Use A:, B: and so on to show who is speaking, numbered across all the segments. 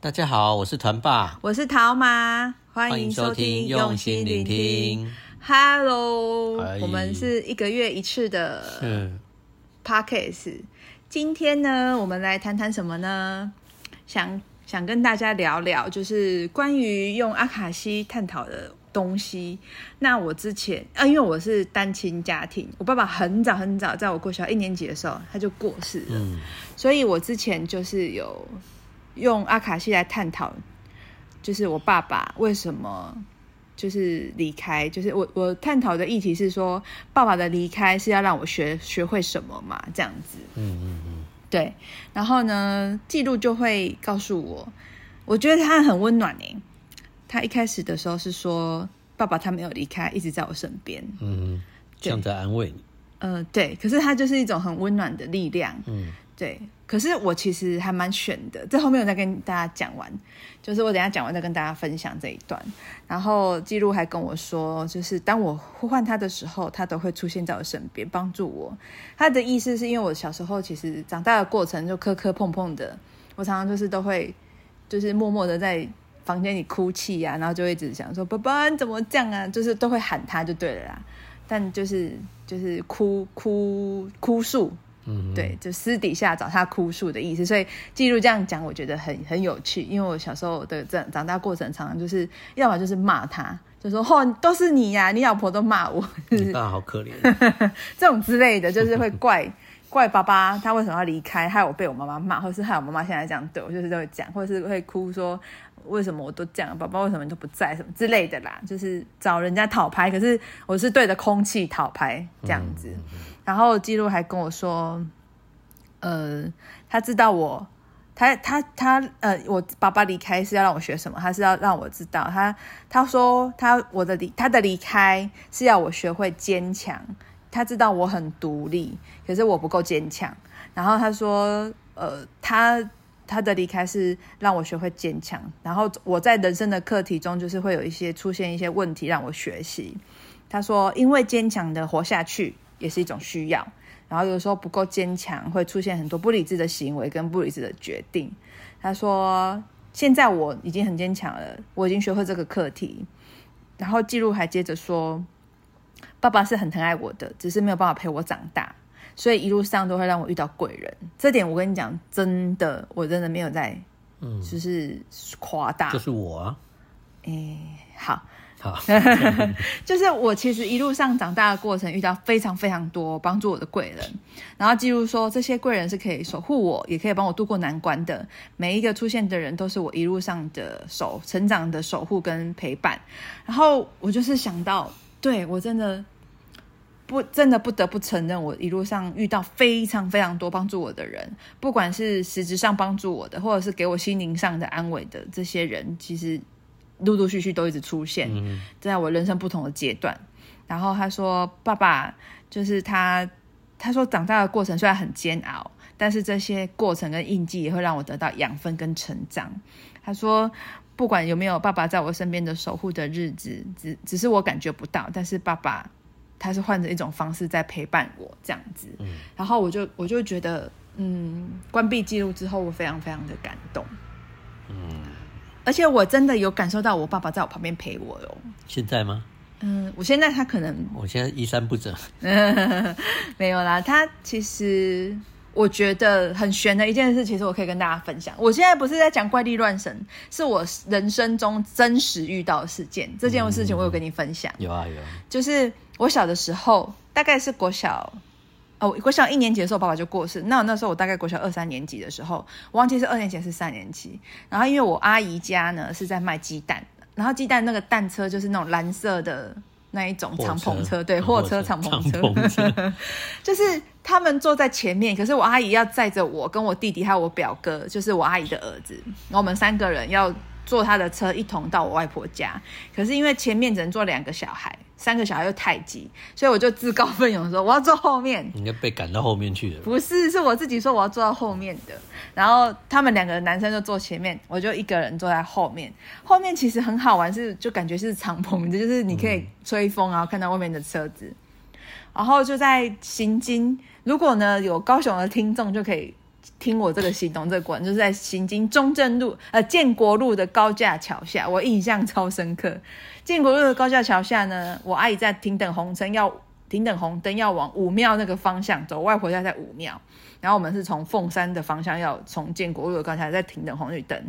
A: 大家好，我是团爸，
B: 我是桃妈，欢
A: 欢
B: 迎
A: 迎
B: 收
A: 收
B: 听
A: 听用心聆。听。
B: Hello，
A: 哎
B: 我们是一个月一次的
A: 嗯，
B: Podcast。今天呢，我们来谈谈什么呢？想想跟大家聊聊，就是关于用阿卡西探讨的东西。那我之前，啊，因为我是单亲家庭，我爸爸很早很早，在我过小学一年级的时候他就过世了，
A: 嗯
B: 所以我之前就是有用阿卡西来探讨，就是我爸爸为什么就是离开，就是我我探讨的议题是说，爸爸的离开是要让我学学会什么嘛，这样子。
A: 嗯嗯
B: 对，然后呢，记录就会告诉我，我觉得他很温暖诶。他一开始的时候是说，爸爸他没有离开，一直在我身边。
A: 嗯嗯，这样在安慰你。
B: 呃，对，可是他就是一种很温暖的力量。
A: 嗯，
B: 对，可是我其实还蛮选的，这后面我再跟大家讲完，就是我等一下讲完再跟大家分享这一段。然后记录还跟我说，就是当我呼唤他的时候，他都会出现在我身边帮助我。他的意思是因为我小时候其实长大的过程就磕磕碰碰的，我常常就是都会就是默默的在房间里哭泣呀、然后就会一直想说爸爸你怎么这样啊，就是都会喊他就对了啦，但就是就是哭哭哭诉，
A: 嗯
B: 对，就私底下找他哭诉的意思。所以记录这样讲，我觉得很很有趣，因为我小时候的这长大过程，常常就是要么就是骂他，就说哦都是你呀、你老婆都骂我，
A: 你爸好可怜。
B: 这种之类的，就是会怪 怪爸爸他为什么要离开，害我被我妈妈骂，或是害我妈妈现在这样对我，就是都会讲，或者是会哭说为什么我都这样，爸爸为什么你都不在什么之类的啦，就是找人家讨拍，可是我是对着空气讨拍这样子。然后记录还跟我说，呃，他知道我。他他他呃，我爸爸离开是要让我学什么？他是要让我知道，他他说他我的离他的离开是要我学会坚强，他知道我很独立，可是我不够坚强。然后他说，呃，他他的离开是让我学会坚强。然后我在人生的课题中，就是会有一些出现一些问题让我学习。他说，因为坚强的活下去也是一种需要。然后有时候不够坚强，会出现很多不理智的行为跟不理智的决定。他说，现在我已经很坚强了，我已经学会这个课题。然后记录还接着说，爸爸是很疼爱我的，只是没有办法陪我长大，所以一路上都会让我遇到贵人。这点我跟你讲，真的，我真的没有在，
A: 嗯
B: 就是夸大。
A: 就是我啊。
B: 好，
A: 好，
B: 嗯就是我其实一路上长大的过程，遇到非常非常多帮助我的贵人，然后记录说这些贵人是可以守护我，也可以帮我渡过难关的。每一个出现的人都是我一路上的守成长的守护跟陪伴。然后我就是想到，对我真的不真的不得不承认，我一路上遇到非常非常多帮助我的人，不管是实质上帮助我的，或者是给我心灵上的安慰的这些人，其实陆陆续续都一直出现。
A: 嗯
B: 在我人生不同的阶段。然后他说，爸爸就是他，他说长大的过程虽然很煎熬，但是这些过程跟印记也会让我得到养分跟成长。他说，不管有没有爸爸在我身边的守护的日子，只只是我感觉不到，但是爸爸他是换着一种方式在陪伴我这样子。然后我就我就觉得，嗯，关闭记录之后，我非常非常的感动。而且我真的有感受到我爸爸在我旁边陪我哟、哦
A: 现在吗？
B: 嗯，我现在他可能
A: 我现在衣衫不整。
B: 没有啦，他其实我觉得很悬的一件事，其实我可以跟大家分享。我现在不是在讲怪力乱神，是我人生中真实遇到的事件。这件事情我有跟你分享，
A: 有啊有啊。
B: 就是我小的时候，大概是国小。哦，国小一年级的时候，爸爸就过世。那我那时候我大概国小二三年级的时候，我忘记是二年级还是三年级。然后因为我阿姨家呢是在卖鸡蛋，然后鸡蛋那个蛋车就是那种蓝色的那一种
A: 货
B: 敞篷
A: 车
B: 车，对，
A: 嗯
B: 货
A: 货
B: 车
A: 车
B: 敞篷
A: 敞
B: 车，
A: 篷
B: 就是他们坐在前面，可是我阿姨要载着我跟我弟弟还有我表哥，就是我阿姨的儿子，然后我们三个人要坐他的车一同到我外婆家。可是因为前面只能坐两个小孩，三个小孩又太挤，所以我就自告奋勇地说我要坐后面。
A: 应该被赶到后面去的。
B: 不是，是我自己说我要坐到后面的，然后他们两个男生就坐前面，我就一个人坐在后面。后面其实很好玩，是就感觉是敞篷的，就是你可以吹风，然后看到外面的车子。然后就在行经，如果呢有高雄的听众就可以听我这个行动这个馆，就是在行经中正路呃建国路的高架桥下，我印象超深刻。建国路的高架桥下呢，我阿姨在停等红灯要停等红灯要往武庙那个方向走，外婆家在武庙，然后我们是从凤山的方向要从建国路的高架桥在停等红绿灯。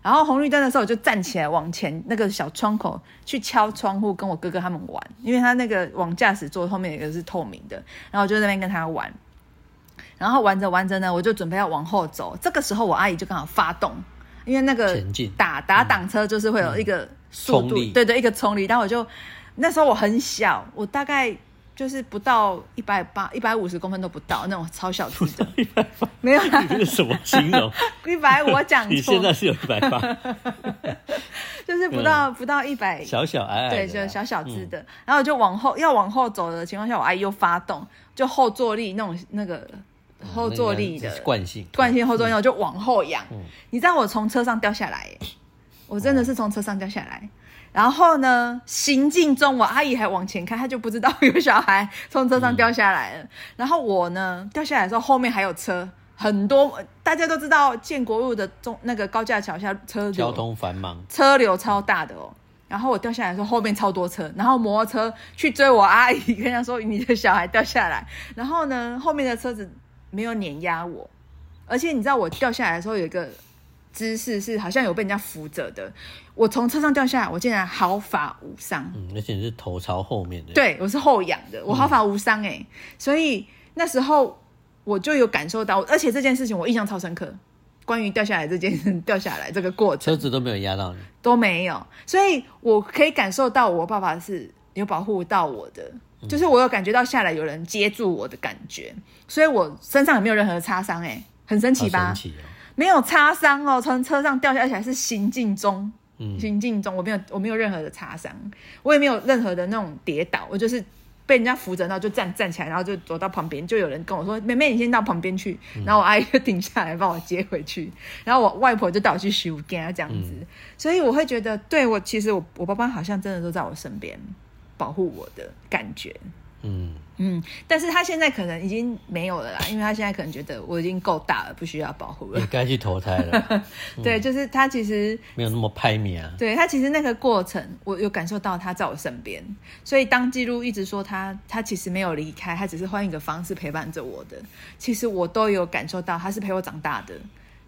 B: 然后红绿灯的时候，我就站起来往前那个小窗口去敲窗户，跟我哥哥他们玩，因为他那个往驾驶座后面有一个是透明的，然后我就在那边跟他玩。然后玩着玩着呢，我就准备要往后走，这个时候我阿姨就刚好发动，因为那个
A: 前进嗯
B: 打打挡车就是会有一个速
A: 冲
B: 度，
A: 力
B: 对对，一个冲力。但我就那时候我很小，我大概就是不到一百八、一百五十公分都不到，那种超小 只的，没有啦
A: 你， 这个什么形容？
B: 一百 五我 讲
A: 你
B: 错
A: 现，在是有一百 八，
B: 就是不到不到一百
A: 小小矮矮的啊嗯
B: 对，
A: 啦，
B: 就小小只的。然后我就往后要往后走的情况下，我阿姨又发动，就后坐力那种那个后坐力的
A: 哦嗯那个是惯性，
B: 惯性后坐力，我就往后仰。
A: 嗯
B: 你知道我从车上掉下来
A: 哦
B: 耶，我真的是从车上掉下来。然后呢，行进中我阿姨还往前看，她就不知道有小孩 从车上掉下来
A: 嗯
B: 了。然后我呢掉下来的时候，后面还有车。很多大家都知道，建国路的中那个高架桥下车流
A: 交通繁忙，
B: 车流超大的哦。然后我掉下来的时候，后面超多车，然后摩托车去追我阿姨，跟她说你的小孩掉下来。然后呢，后面的车子没有碾压我，而且你知道我掉下来的时候有一个姿势是好像有被人家扶着的，我从车上掉下来，我竟然毫发无伤。
A: 嗯，而且你是头朝后面的，，
B: 对，我是后仰的，我毫发无伤哎、所以那时候我就有感受到，而且这件事情我印象超深刻，关于掉下来这件 掉下来这个过程。
A: 车子都没有压到你，
B: 都没有，所以我可以感受到我爸爸是有保护到我的，就是我有感觉到下来有人接住我的感觉，所以我身上也没有任何擦伤，哎，很神奇
A: 好
B: 吧
A: 神？奇哦，
B: 没有擦伤哦，从车上掉下来，而且还是行进中，
A: 嗯
B: 行进中我没有我没有任何的擦伤，我也没有任何的那种跌倒，我就是。被人家扶着，然后就站站起来，然后就走到旁边，就有人跟我说：“妹妹，你先到旁边去。”然后我阿姨就停下来把我接回去，然后我外婆就带我去修家这样子。所以我会觉得，对我其实我我爸爸好像真的都在我身边保护我的感觉，
A: 嗯，
B: 嗯，但是他现在可能已经没有了啦，因为他现在可能觉得我已经够大了，不需要保护了
A: 也。该去投胎 了，
B: 对，就是他其实
A: 没有那么拍你啊，
B: 对他其实那个过程，我有感受到他在我身边，所以当记录一直说他他其实没有离开，他只是换一个方式陪伴着我的，其实我都有感受到他是陪我长大的，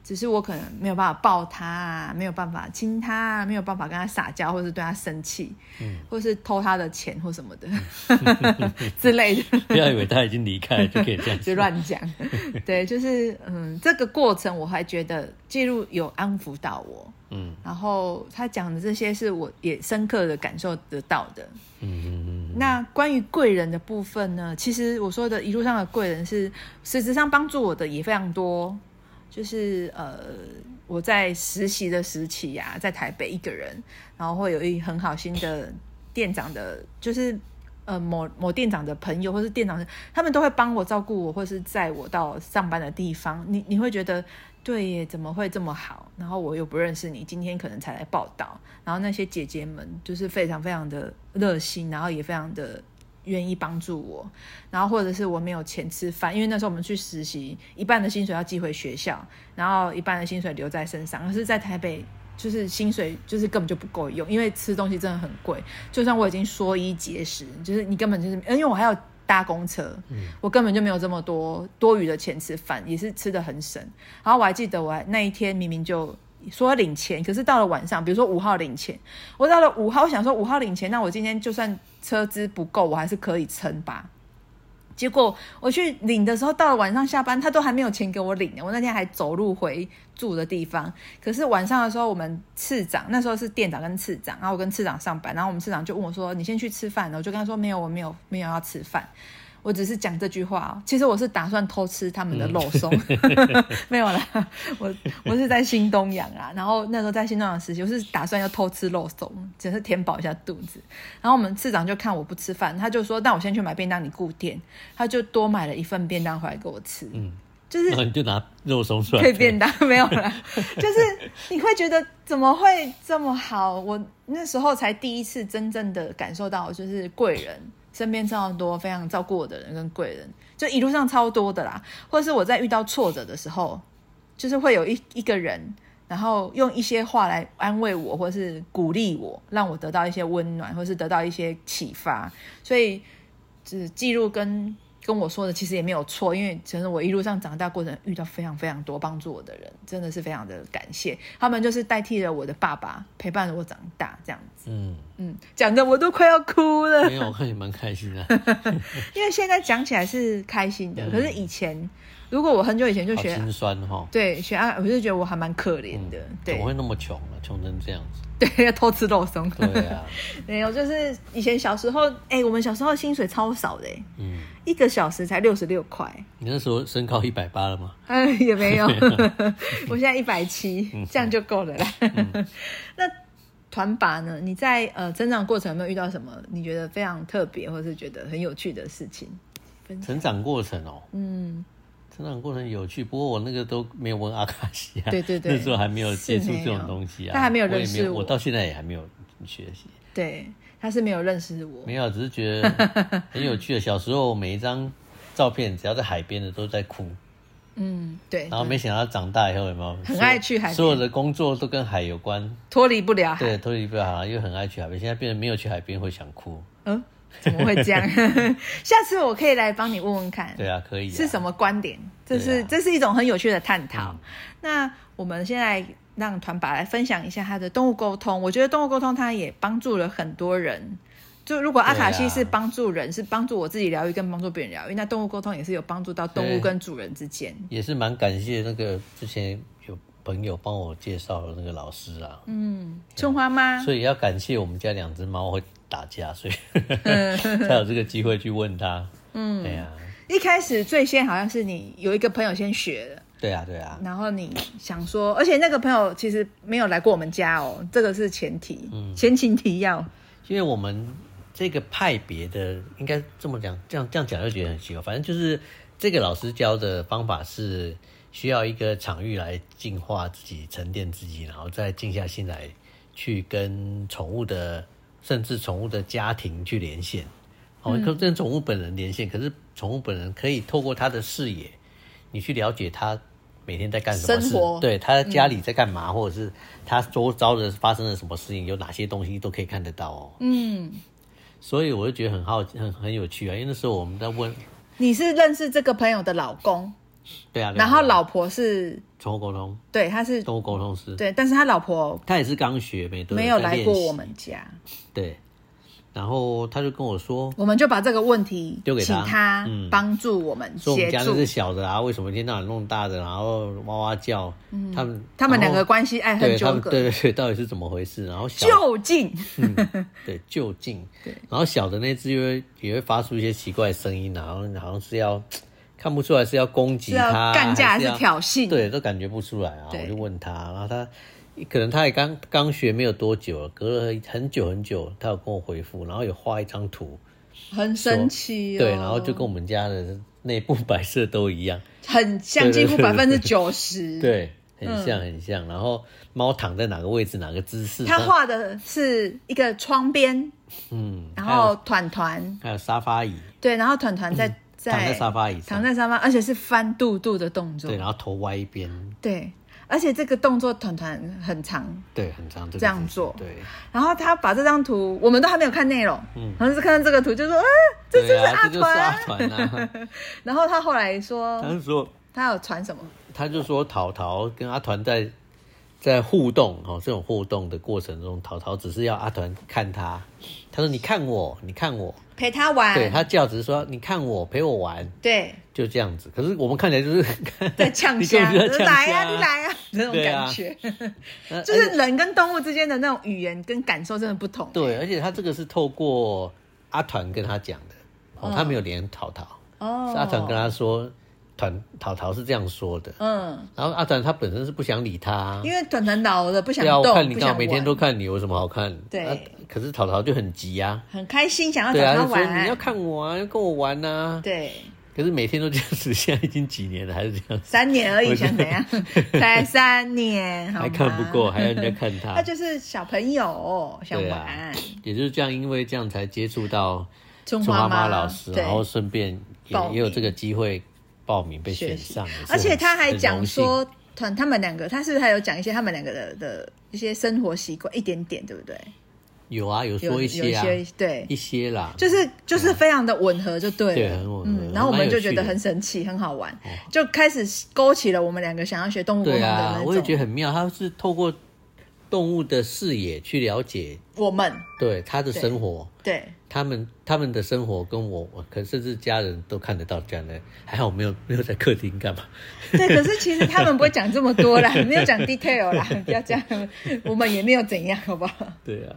B: 只是我可能没有办法抱他啊，没有办法亲他啊，没有办法跟他撒娇，或是对他生气，或是偷他的钱或什么的 之类的。
A: 不要以为他已经离开了就可以这样子
B: 就乱 讲。对，就是嗯，这个过程我还觉得记录有安抚到我，
A: 嗯，
B: 然后他讲的这些是我也深刻的感受得到的。
A: 嗯嗯
B: 那关于贵人的部分呢，其实我说的一路上的贵人是实质上帮助我的也非常多，就是呃，我在实习的时期呀、在台北一个人，然后会有一很好心的店长的，就是呃某某店长的朋友或是店长的，他们都会帮我照顾我，或是载我到上班的地方。你你会觉得对耶，怎么会这么好？然后我又不认识你，今天可能才来报道。然后那些姐姐们就是非常非常的热心，然后也非常的愿意帮助我。然后或者是我没有钱吃饭，因为那时候我们去实习，一半的薪水要寄回学校，然后一半的薪水留在身上。可是，在台北就是薪水就是根本就不够用，因为吃东西真的很贵。就算我已经说一节食，就是你根本就是，因为我还有搭公车，我根本就没有这么多多余的钱吃饭，也是吃的很省。然后我还记得我还那一天明明就。说要领钱，可是到了晚上，比如说五号领钱，我到了五号，我想说五号领钱，那我今天就算车资不够，我还是可以撑吧。结果我去领的时候，到了晚上下班，他都还没有钱给我领呢。我那天还走路回住的地方。可是晚上的时候，我们次长那时候是店长跟次长，然后我跟次长上班，然后我们次长就问我说：“你先去吃饭了。”我就跟他说：“没有，我没有，没有要吃饭。”我只是讲这句话、哦，其实我是打算偷吃他们的肉松，没有啦，我我是在新东阳啊，然后那时候在新东阳实习，我是打算要偷吃肉松，只是填饱一下肚子。然后我们市长就看我不吃饭，他就说：“那我先去买便当，你顾店。”他就多买了一份便当回来给我吃，嗯，就是
A: 然后你就拿肉松出来
B: 配便当没有啦，就是你会觉得怎么会这么好？我那时候才第一次真正的感受到，就是贵人身边这么多非常照顾我的人跟贵人，就一路上超多的啦。或者是我在遇到挫折的时候，就是会有一一个人，然后用一些话来安慰我，或是鼓励我，让我得到一些温暖，或是得到一些启发。所以，只记录跟跟我说的其实也没有错，因为真的我一路上长大过程遇到非常非常多帮助我的人，真的是非常的感谢他们，就是代替了我的爸爸陪伴我长大这样子。
A: 嗯，
B: 嗯，讲的我都快要哭了
A: 没，有，我看你蛮开 心的，
B: 啊因为现在讲起来是开心的，
A: 嗯
B: 可是以前如果我很久以前就
A: 好
B: 学
A: 心酸哈、
B: 对，学啊爱，我就觉得我还蛮可怜的。
A: 怎么会
B: 对
A: 那么穷呢、穷成这样子？
B: 对，要偷吃肉松。
A: 对啊，
B: 没有，就是以前小时候，哎、我们小时候薪水超少的、哎
A: 嗯，
B: 一个小时才六十六块。
A: 你那时候身高一百八了吗？
B: 哎， 也没 有，我现在一百七，
A: 嗯
B: 这样就够了啦。 那团拔呢？你在呃成长过程有没有遇到什么你觉得非常特别，或是觉得很有趣的事情？分享
A: 成长过程哦、
B: 嗯，
A: 成长过程有趣，不过我那个都没有问阿卡西啊，
B: 对对 对
A: 那时候还没有接触这
B: 是没有
A: 种东西啊，
B: 他还没有
A: 我也
B: 认识
A: 没有
B: 我
A: 我到现在也还没有学习，
B: 对，他是没有认识我
A: 没，有，只是觉 得很有趣的。小时候每一张照片，只要在海边的都在哭，
B: 嗯，对，
A: 然后没想到长大以后有没有
B: 很爱去海边
A: 所有的工作都跟海有关，
B: 脱离不了海。啊
A: 对，脱离不了海，又很爱去海边。现在变得没有去海边会想哭，
B: 嗯，怎么会这 样？下次我可以来帮你问问看，
A: 对啊，可以、啊、
B: 嗯是什
A: 么？
B: 么观点？这
A: 对
B: 是、
A: 啊嗯
B: 这是一种很有趣的探讨。那我们现在让团爸来分享一下他的动物沟通。我觉得动物沟通它也帮助了很多人。就如果阿卡西
A: 对啊
B: 是帮助人，是帮助我自己疗愈，跟帮助别人疗愈，那动物沟通也是有帮助到动物
A: 对
B: 跟主人之间。
A: 也是蛮感谢那个之前有朋友帮我介绍的那个老师啊，
B: 嗯春花妈，
A: 所以要感谢我们家两只猫会打架， 所以才有这个机会去问他。嗯，对呀、啊，
B: 一开始最先好像是你有一个朋友先学的，
A: 对啊，对啊，
B: 然后你想说，而且那个朋友其实没有来过我们家哦，这个是前提，
A: 嗯
B: 前情提要。
A: 因为我们这个派别的，应该这么讲，这样这样讲就觉得很奇怪。反正就是这个老师教的方法是需要一个场域来净化自己、沉淀自己，然后再静下心来去跟宠物的，甚至宠物的家庭去连线。哦，
B: 嗯
A: 可跟宠物本人连线，可是宠物本人可以透过他的视野，你去了解他每天在干什么
B: 生
A: 事
B: 活，嗯
A: 对他家里在干嘛，或者是他周遭的发生了什么事情，有哪些东西都可以看得到哦。
B: 嗯，
A: 所以我就觉得很好奇，很很有趣啊，因为那时候我们在问，
B: 你是认识这个朋友的老公，
A: 对啊，对啊
B: 然后老婆是
A: 宠物沟通，
B: 对，他是
A: 动物沟通师，
B: 对，但是他老婆
A: 他也是刚学没多久
B: 没有
A: 在
B: 来
A: 练
B: 过
A: 习
B: 我们家，
A: 对，然后他就跟我说，
B: 我们就把这个问题
A: 丢给
B: 请
A: 他
B: 他
A: 嗯
B: 帮助我们
A: 说我
B: 协
A: 们家那
B: 助嗯
A: 只。小的啊，为什么一天到晚弄大的，然后哇哇叫，他们
B: 他们两个
A: 然后
B: 关系爱恨
A: 对他
B: 纠
A: 们
B: 葛，
A: 对对对，到底是怎么回事？然后小
B: 就近
A: 对就近，然后小的那只又会也会发出一些奇怪的声音，啊然后好像是要看不出来是要攻击
B: 是要
A: 他，
B: 干架还
A: 是
B: 是
A: 要
B: 挑衅？
A: 对，都感觉不出来啊。
B: 对
A: 我就问他，然后他可能他也刚刚学没有多久了，隔了很久很久，他有跟我回复，然后有画一张图，
B: 很生气、哦。
A: 对，然后就跟我们家的内部 摆设都一样，
B: 很像，
A: 对
B: 几
A: 对
B: 乎
A: 对
B: 百分之
A: 对
B: 九 十。
A: 对，很
B: 嗯
A: 像很像。然后猫躺在哪个位置，哪个姿势，
B: 他
A: 那
B: 画的是一个窗边，
A: 嗯，
B: 然
A: 还有
B: 后团团
A: 还有沙发椅，
B: 对，然后团团在
A: 嗯
B: 在
A: 躺在沙发椅上
B: 躺在沙发，而且是翻肚肚的动作
A: 对，，然后头歪一边，
B: 对，而且这个动作团团很长。
A: 对，很常这个
B: 这样
A: 姿势
B: 做
A: 对，
B: 然后他把这张图，我们都还没有看内容，然后是看到这个图就说，啊，这就是
A: 嗯对啊，
B: 阿
A: 这就是
B: 团。
A: 阿团 啊。
B: 然后他后来说
A: 他，就说，
B: 他有传什么？
A: 他就说淘淘跟阿团在在互动哦，这种互动的过程中，淘淘只是要阿团看他，他说你看我，你看我，
B: 陪他玩，
A: 对他叫只是说你看我陪我玩，
B: 对
A: 就这样子。可是我们看起来就是
B: 在 呛
A: 你根
B: 虾，
A: 本就在呛
B: 来呀、
A: 虾
B: 你来呀、那种
A: 对
B: 感
A: 啊
B: 觉，
A: 呃
B: 就是人跟动物之间的那种语言跟感受真的不同。
A: 对，而且他这个是透过阿团跟他讲的，哦，他没有连淘淘，
B: 嗯哦
A: 是阿团跟他说，团淘淘是这样说的，
B: 嗯，
A: 然后阿团他本身是不想理他，
B: 因为短短老了不想
A: 对啊，我
B: 动，
A: 看你
B: 不
A: 干嘛
B: 想
A: 每天
B: 玩
A: 都看你，有什么好看？
B: 对
A: 啊可是淘淘就很急呀、
B: 很开心，想要
A: 啊，
B: 找
A: 对啊，
B: 他
A: 就
B: 玩。
A: 说你要看我啊，要跟我玩呐、啊。
B: 对，
A: 可是每天都这样子，现在已经几年了，还是这样子，
B: 三年而已，
A: 我觉
B: 想
A: 得
B: 怎样？ 才三年，好
A: 还
B: 吗
A: 看不够，还要人家看他。
B: 他就是小朋友想
A: 对
B: 玩
A: 啊，也就是这样，因为这样才接触到
B: 春
A: 花
B: 妈啊
A: 妈老师，
B: 对
A: 然后顺便也
B: 报名
A: 也有这个机会报名被选上，也是
B: 而且
A: 很
B: 他还讲，
A: 很荣
B: 说，团他们两个，他是不是还有讲一些他们两个的的一些生活习惯，一点点，对不对？
A: 幸有啊，有
B: 有
A: 说一些啊，
B: 有一些对
A: 一些啦，
B: 就是就是非常的吻合，就对了，
A: 对很吻合
B: 嗯，然后我们就觉
A: 蛮有
B: 得
A: 趣的哦
B: 很神奇，很好玩，就开始勾起了我们两个想要学动物沟通
A: 对
B: 的那
A: 啊，
B: 种。
A: 我也觉得很妙，他是透过动物的视野去了解
B: 我们
A: 对他的生活，
B: 对
A: 他们他们的生活跟我，我可甚至家人都看得到这样的，还好没有没有在客厅干嘛，
B: 对，可是其实他们不会讲这么多啦， 没有讲 detail 啦， 不要这样，我们也没有怎样，好不好？
A: 对啊，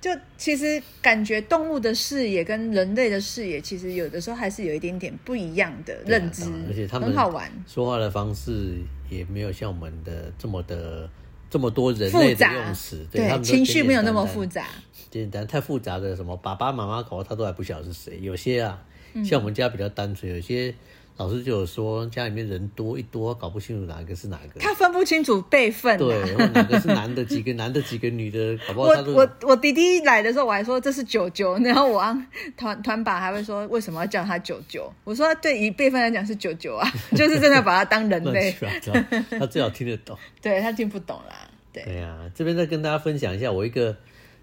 B: 就其实感觉动物的视野跟人类的视野，其实有的时候还是有一点点不一样的
A: 对啊
B: 认知
A: 当然，而且他们
B: 很好玩。
A: 说话的方式也没有像我们的这么的这么多人类
B: 复
A: 的
B: 杂
A: 用词，对，他
B: 对，
A: 们都
B: 情绪
A: 简简
B: 没有那
A: 单
B: 么
A: 单
B: 复，杂，
A: 简单太复杂的什么爸爸妈妈搞，他都还不晓得是谁，有些啊，像
B: 嗯
A: 我们家比较单纯，有些老师就有说家里面人多一多，搞不清楚哪个是哪个。
B: 他分不清楚辈分、啊。
A: 对，然后哪个是男的几个，男的几个，女的，搞不好
B: 我
A: 他都
B: 我我弟弟来的时候，我还说这是九九，然后我啊团团爸还会说为什么要叫他九九？我说对于辈分来讲是九九啊， 就是真的把他当人
A: 乱
B: 类
A: 七，八糟， 他最好听得懂。
B: 对他听不懂啦。对，
A: 对哎呀、这边再跟大家分享一下，我一个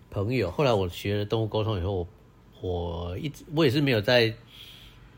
A: 朋友，后来我学了动物沟通以后，我我一直我也是没有在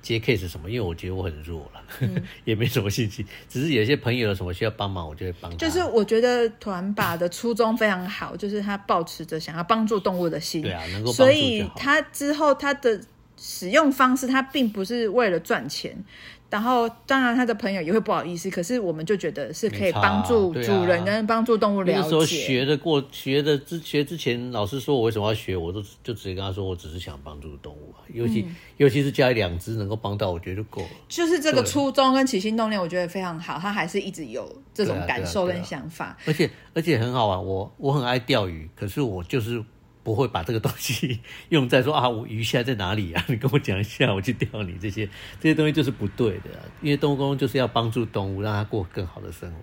A: 接 case 什么，因为我觉得我很弱了，
B: 嗯
A: 也没什么信心。只是有些朋友有什么需要帮忙，我就会帮他。
B: 就是我觉得团爸的初衷非常好，就是他保持着想要帮助动物的心，
A: 对啊能够帮助就好
B: 所以他之后他的使用方式，他并不是为了赚钱。然后，当然他的朋友也会不好意思，可是我们就觉得是可以
A: 没差啊
B: 帮助
A: 对啊
B: 主人跟帮助动物了
A: 那
B: 解。
A: 个时候学的过，学的之学之前，老师说我为什么要学，我都就直接跟他说，我只是想帮助动物啊，尤其、
B: 嗯
A: 尤其是家里两只能够帮到，我觉得就够了。
B: 就是这个
A: 对
B: 初衷跟起心动念，我觉得非常好，他还是一直有这种
A: 对啊
B: 感受
A: 对啊对啊
B: 跟想法。
A: 而且而且很好玩，我我很爱钓鱼，可是我就是不会把这个东西 用在说啊，我鱼现在在哪里啊？ 你跟我讲一下，我去钓你这些这些东西就是不对的、啊，因为动物沟通就是要帮助动物，让它过更好的生活。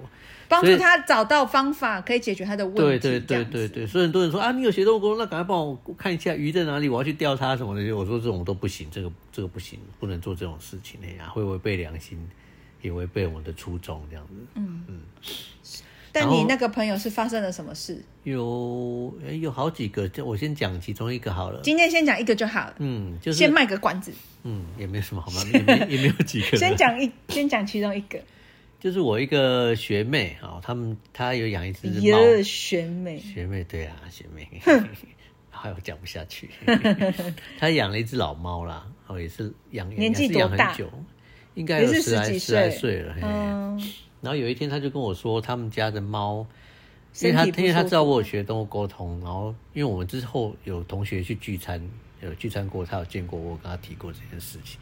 B: 帮
A: 所
B: 助
A: 以
B: 他找到方法，可以解决他的问
A: 对
B: 题。
A: 对
B: 这
A: 对
B: 样子
A: 对对，所以很多人说啊，你有学动物沟通，那赶快帮我看一下鱼在哪里，我要去钓它什么的。我说这种都不行，这个这个不行，不能做这种事情的哎呀、会违背良心，也违背我们的初衷这样子。
B: 但
A: 然后
B: 你那个朋友是发生了什么事？
A: 有诶有好几个，这我先讲其中一个好了。
B: 今天先讲一个就好了，
A: 嗯，就是
B: 先卖个关子，
A: 嗯，也没什么好吗？也没也没有几个人。
B: 先，讲一，先讲其中一个。
A: 就是我一个学妹啊、哦，他们她有养一只猫。
B: 耶，选美，
A: 学妹对啊，学妹， 还有讲不下去。 她养了一只老猫啦，哦，也是养
B: 年纪
A: 也是养
B: 多大
A: 很久，应该
B: 也
A: 有
B: 是
A: 十来
B: 十几
A: 十来
B: 岁
A: 岁了。嘿
B: 嗯，
A: 然后有一天，她就跟我说，他们家的猫，因
B: 身
A: 为她
B: 体不
A: 因为她
B: 舒
A: 知道
B: 服。
A: 我有学动物沟通，然后因为我们之后有同学去聚餐，有聚餐过，她有见过我，跟她提过这件事情。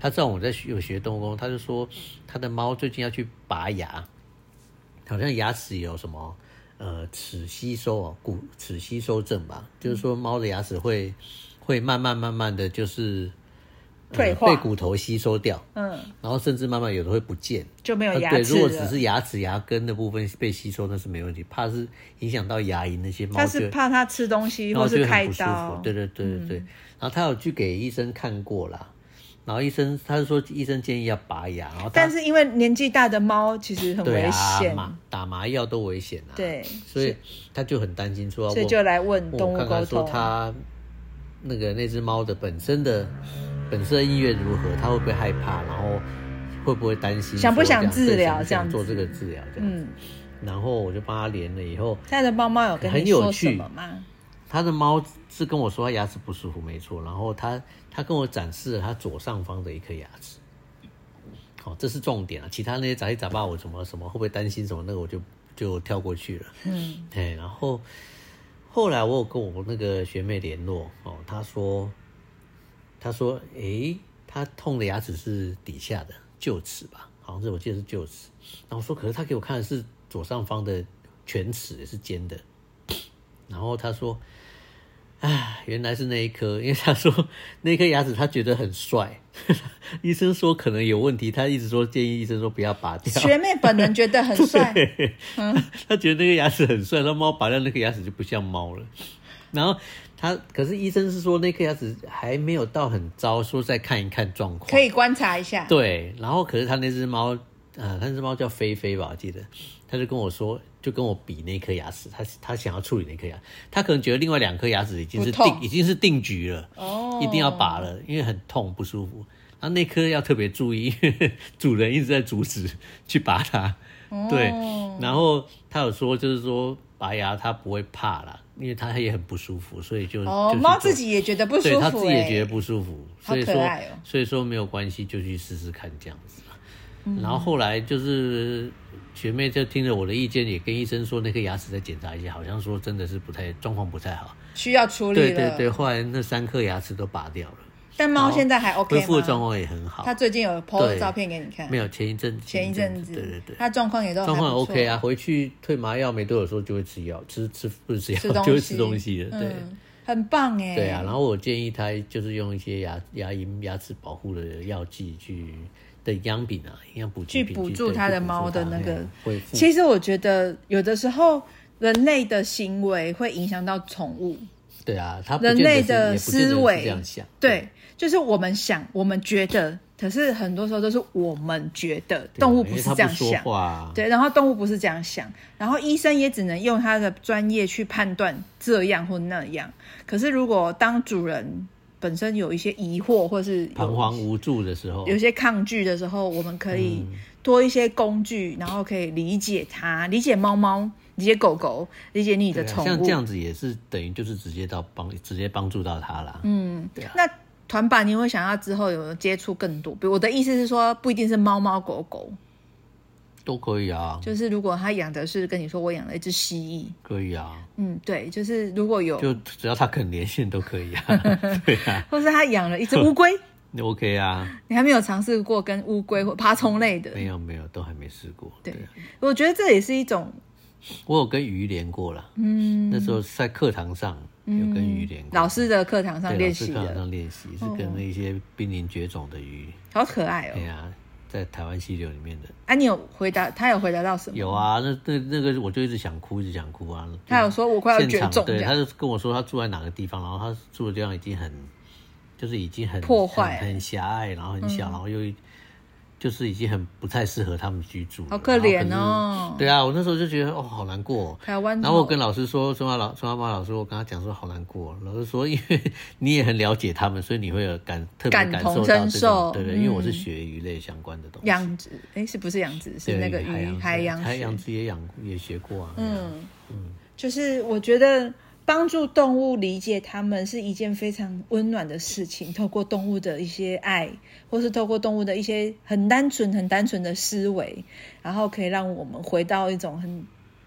A: 她知道我在学有学动物沟通，她就说她的猫最近要去拔牙，好像牙齿有什么呃齿吸收哦，骨齿吸收症吧，就是说猫的牙齿会会慢慢慢慢的就是、呃
B: 退化
A: 被骨头吸收掉，
B: 嗯，
A: 然后甚至慢慢有的会不见，
B: 就没有
A: 呃
B: 牙
A: 对，
B: 齿
A: 如果只
B: 了。
A: 是牙齿牙根的部分被吸收，那是没问题。怕是影响到牙龈那些猫
B: 他
A: 就是
B: 怕他吃东西
A: 然
B: 或
A: 后就是会
B: 开
A: 很不舒服
B: 刀。。嗯
A: 对对对对对。然后他有去给医生看过啦，然后医生他是说医生建议要拔牙，然后他
B: 但是因为年纪大的猫其实很
A: 对
B: 危
A: 啊
B: 险，
A: 麻打麻药都危险啊。
B: 对
A: 所以他就很担心说要问，
B: 所以就来问
A: 问
B: 动物
A: 我看
B: 沟
A: 看说
B: 通。
A: 他那个那只猫的本身的本身的意愿如何，它会不会害怕，然后会不会担心说这样，
B: 想不想治疗
A: 对想不想
B: 这样子
A: 做这个治疗这样子。
B: 嗯，
A: 然后我就帮他连了以后，
B: 他的猫猫有跟
A: 很
B: 你
A: 有
B: 说什
A: 趣
B: 么吗？
A: 他的猫是跟我说他牙齿不舒服，没错。然后他他跟我展示了他左上方的一颗牙齿，好、这是重点啊。其他那些杂七杂八，我什么什么会不会担心什么，那个我就就跳过去了。嗯，哎，然后后来我有跟我那个学妹联络哦，她说她说诶，她痛的牙齿是底下的臼齿吧，好像是我记得是臼齿。然后我说，可是她给我看的是左上方的犬齿，也是尖的。然后他说：“啊，原来是那一颗，因为他说那颗牙齿他觉得很帅， 医生说可能有问题，他一直说建议医生说不要拔掉。
B: 学妹本人觉得很 帅，嗯
A: 他觉得那个牙齿很帅，那猫拔掉那颗牙齿就不像猫了。然后他可是医生是说那颗牙齿还没有到很糟，说再看一看状况。
B: 可以观察一下。
A: 对，然后可是他那只猫，呃，他那只猫叫菲菲吧，我记得，他就跟我说，就跟我比那颗牙齿，他他想要处理那颗牙，他可能觉得另外两颗牙齿已经是
B: 不痛
A: 定已经是定局了，
B: 哦
A: 一定要拔了，因为很痛不舒服。然后那颗要特别注意， 因为主人一直在阻止 去拔它。
B: 哦
A: 对，然后他有说，就是说拔牙他不会怕啦，因为他也很不舒服，所以就
B: 哦
A: 就，去
B: 猫
A: 做
B: 自己也觉得不舒
A: 对
B: 服、欸，
A: 他自己也觉得不舒服，
B: 好
A: 所以
B: 可
A: 说、
B: 爱哦
A: 所以说没有关系，就去试试看这样子。
B: 嗯
A: 然后后来就是学妹就听了我的意见，也跟医生说那颗牙齿再检查一下，好像说真的是不太状况不太好。
B: 需要处理
A: 对
B: 了。
A: 对对，后来那三颗牙齿都拔掉了，
B: 但猫现在还 OK
A: 恢
B: 吗？
A: 复的状况也很好
B: 它。最近有 po
A: 对
B: 照片给你看，
A: 没有前一阵子
B: 前一阵子，
A: 对对对。
B: 它状况也都还
A: 状
B: 不
A: 况
B: 错
A: OK 啊，，回去退麻药没多久，时候就会吃药，吃吃不是吃药
B: 吃东西
A: 就会吃东西了，对。
B: 嗯，很棒哎。
A: 对啊，然后我建议他就是用一些牙牙龈、牙齿保护的药剂去的营养品啊，营养补给
B: 去
A: 品
B: 补
A: 对
B: 助它的
A: 去补助
B: 猫的那个
A: 嘿恢复。
B: 其实我觉得有的时候人类的行为会影响到宠物，
A: 对啊，它不
B: 人
A: 见得
B: 类
A: 是
B: 的
A: 也不见得
B: 思
A: 是
B: 维
A: 这样想，
B: 对，就是我们想，我们觉得，可是很多时候都是我们觉得，
A: 对啊
B: 动物
A: 因为
B: 不是
A: 它
B: 这样
A: 说
B: 想。
A: 话啊
B: 对，然后动物不是这样想，然后医生也只能用他的专业去判断这样或那样。可是如果当主人本身有一些疑惑或是有
A: 彷徨无助的时候，
B: 有些抗拒的时候，我们可以
A: 嗯
B: 多一些工具，然后可以理解它，理解猫猫，理解狗狗，理解你
A: 对
B: 的
A: 啊
B: 宠物。
A: 像这样子也是等于就是直接到帮直接帮助到它啦。嗯，
B: 那团爸，你会想要之后有接触更多？比如我的意思是说，不一定是猫猫狗狗，
A: 都可以啊，
B: 就是如果他养的是跟你说我养了一只蜥蜴，
A: 可以啊，
B: 嗯，对，就是如果有，
A: 就只要它肯连线都可以 啊， 对啊
B: 或是他养了 一只乌龟，
A: 那，OK 啊，
B: 你还没有尝试过跟乌龟或爬虫类的，
A: 嗯没有没有都还没试过，
B: 对
A: 啊
B: 我觉得这也是一种
A: 我有跟鱼连过了，嗯，那时候是在课堂上有跟鱼连过，
B: 嗯老师的课堂上
A: 对
B: 练
A: 老师
B: 习
A: 课堂
B: 的，哦
A: 上练习是跟一些濒临绝种的鱼，
B: 好可爱哦
A: 对。呀，在台湾溪流里面的
B: 啊，你有回答他有回答到什么？
A: 有啊，那那那个我就一直想哭，一直想哭啊。
B: 他有说我快要
A: 现场
B: 绝种
A: 对，
B: 这样
A: 他就跟我说他住在哪个地方，然后他住的地方已经很，就是已经很
B: 破坏嗯
A: 很很狭隘，然后很小，然后又就是已经很不太适合他们居住了，
B: 好可怜
A: 然后可是
B: 哦。
A: 对啊，我那时候就觉得哦，好难过哦、
B: 台湾
A: 然后我跟老师说，春华老春华妈老师，我跟他讲说好难过哦。老师说，因为你也很了解他们，所以你会有感特别
B: 感
A: 感
B: 同
A: 受
B: 身
A: 到这
B: 受
A: 种，
B: 嗯
A: 对对，因为我是学鱼类相关的东西，
B: 养殖，哎，是不是养殖？是
A: 对
B: 那个
A: 海
B: 鱼
A: 洋
B: 洋
A: 海
B: 学
A: 洋子也养也学过啊，嗯，
B: 就是我觉得帮助动物理解它们是一件非常温暖的事情，透过动物的一些爱，或是透过动物的一些很单纯、很单纯的思维，然后可以让我们回到一种很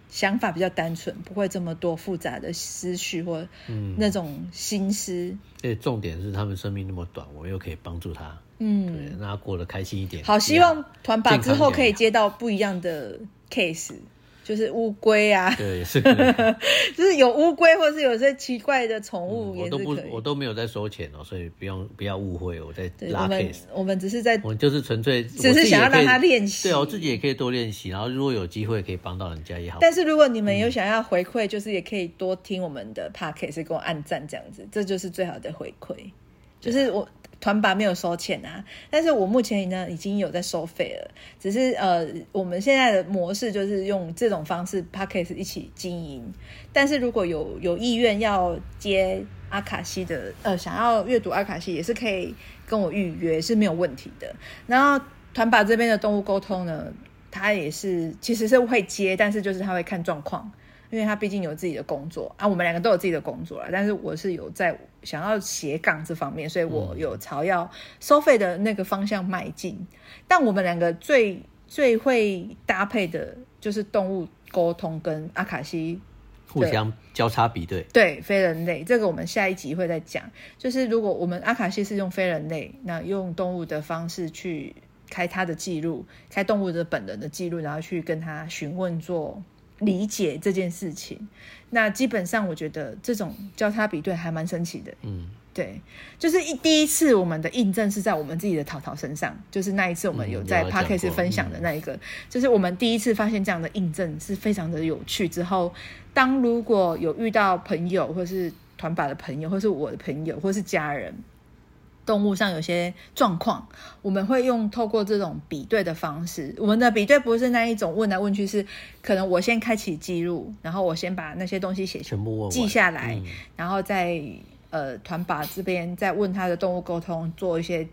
B: 想法比较单纯，不会这么多复杂的思绪或
A: 嗯
B: 那种心思。
A: 而且重点是他们生命那么短，我又可以帮助他，
B: 嗯，
A: 对，让他过得开心一点。
B: 好，希望团爸
A: 健
B: 之
A: 康
B: 后
A: 点
B: 可以
A: 啊
B: 接到不一样的 case，就是乌龟啊，
A: 对是，
B: 就是有乌龟，或是有些奇怪的宠物
A: 嗯
B: 也
A: 我
B: 是
A: 都
B: 可
A: 不
B: 以。
A: 我都没有在收钱哦，所以不用不要误会，我在
B: 对，我
A: 拉
B: 们
A: case。
B: 我们只是 在
A: 我就是纯粹，
B: 只
A: 我自
B: 是
A: 己
B: 想
A: 也
B: 要让
A: 可以
B: 他练习
A: 对啊，我自己也可以多练习，然后如果有机会可以帮到人家也好。
B: 但是如果你们有想要回馈，就是也可以多听我们的 podcast，给我按赞这样子，这就是最好的回馈。就是我团拔没有收钱啊，但是我目前呢已经有在收费了，只是呃我们现在的模式就是用这种方式 podcast 一起经营。但是如果有有意愿要接阿卡西的，呃想要阅读阿卡西，也是可以跟我预约是没有问题的。然后团拔这边的动物沟通呢，他也是其实是会接，但是就是他会看状况，因为他毕竟有自己的工作啊。我们两个都有自己的工作了，但是我是有在想要斜杠这方面，所以我有朝要收费的那个方向迈进。但我们两个最最会搭配的就是动物沟通跟阿卡西
A: 互相交叉比对，
B: 对非人类，这个我们下一集会再讲。就是如果我们阿卡西是用非人类，那用动物的方式去开它的记录，开动物的本人的记录，然后去跟他询问做理解这件事情。那基本上我觉得这种交叉比对还蛮神奇的。
A: 嗯，
B: 对，就是一第一次我们的印证是在我们自己的淘淘身上，就是那一次我们
A: 嗯
B: 有
A: 有
B: 在
A: 讲
B: p a c k a g
A: 过嗯
B: e 分享的那一个，就是我们第一次发现这样的印证是非常的有趣。之后，当如果有遇到朋友或是团把的朋友，或是我的朋友，或是家人。动物上有些状况，我们会用透过这种比对的方式。我们的比对不是那一种问来问去，是可能我先开启记录，然后我先把那些东西写
A: 全部问完
B: 记下来，
A: 嗯
B: 然后再呃团把这边再问他的动物沟通做一些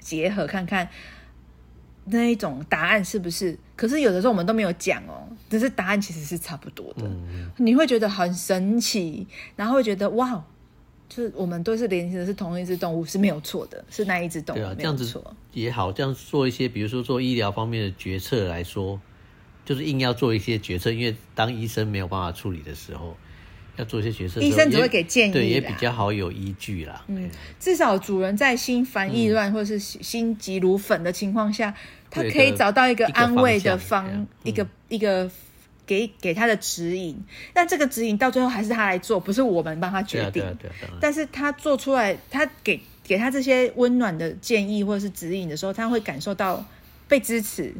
B: 结合，看看那一种答案是不是。可是有的时候我们都没有讲哦，只是答案其实是差不多的，
A: 嗯
B: 你会觉得很神奇，然后会觉得哇。就是我们都是联系的是同一只动物是没有错的，是那一只动物
A: 对啊，
B: 没
A: 这
B: 有
A: 样子
B: 错。
A: 也好，这样做一些，比如说做医疗方面的决策来说，就是硬要做一些决策，因为当医生没有办法处理的时候，要做一些决策的时候，
B: 医生只
A: 也
B: 会给建议
A: 对，也
B: 啦
A: 比较好有依据啦。嗯，
B: 至少主人在心烦意乱、或是心急如焚的情况下，他
A: 对
B: 可以
A: 的
B: 找到一个
A: 一个
B: 安慰的
A: 方向嗯
B: 方，一个一个给给他的指引。但这个指引到最后还是他来做，不是我们帮他
A: 对
B: 决
A: 啊，
B: 定
A: 对。啊，对啊，当然。
B: 但是他做出来，他给给他这些温暖的建议或者是指引的时候，他会感受到被支持，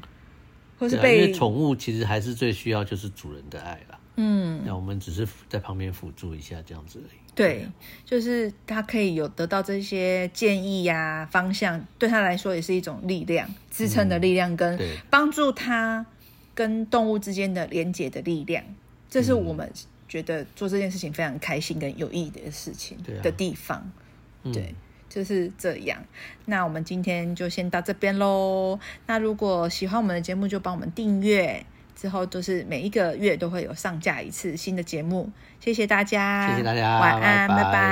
B: 或是
A: 对啊，因为
B: 被、
A: 宠物其实还是最需要就是主人的爱啦。
B: 嗯。
A: 那我们只是在旁边辅助一下这样子而已。哎
B: 对，就是他可以有得到这些建议呀、方向，对他来说也是一种力量、支撑的力量，跟
A: 嗯对
B: 帮助他跟动物之间的连接的力量，这是我们觉得做这件事情非常开心跟有意义的事情
A: 对啊
B: 的地方。
A: 嗯
B: 对，就是这样。那我们今天就先到这边喽。那如果喜欢我们的节目，就帮我们订阅。之后就是每一个月都会有上架一次新的节目，谢谢大家，
A: 谢谢大家
B: 晚安，
A: 拜拜
B: 拜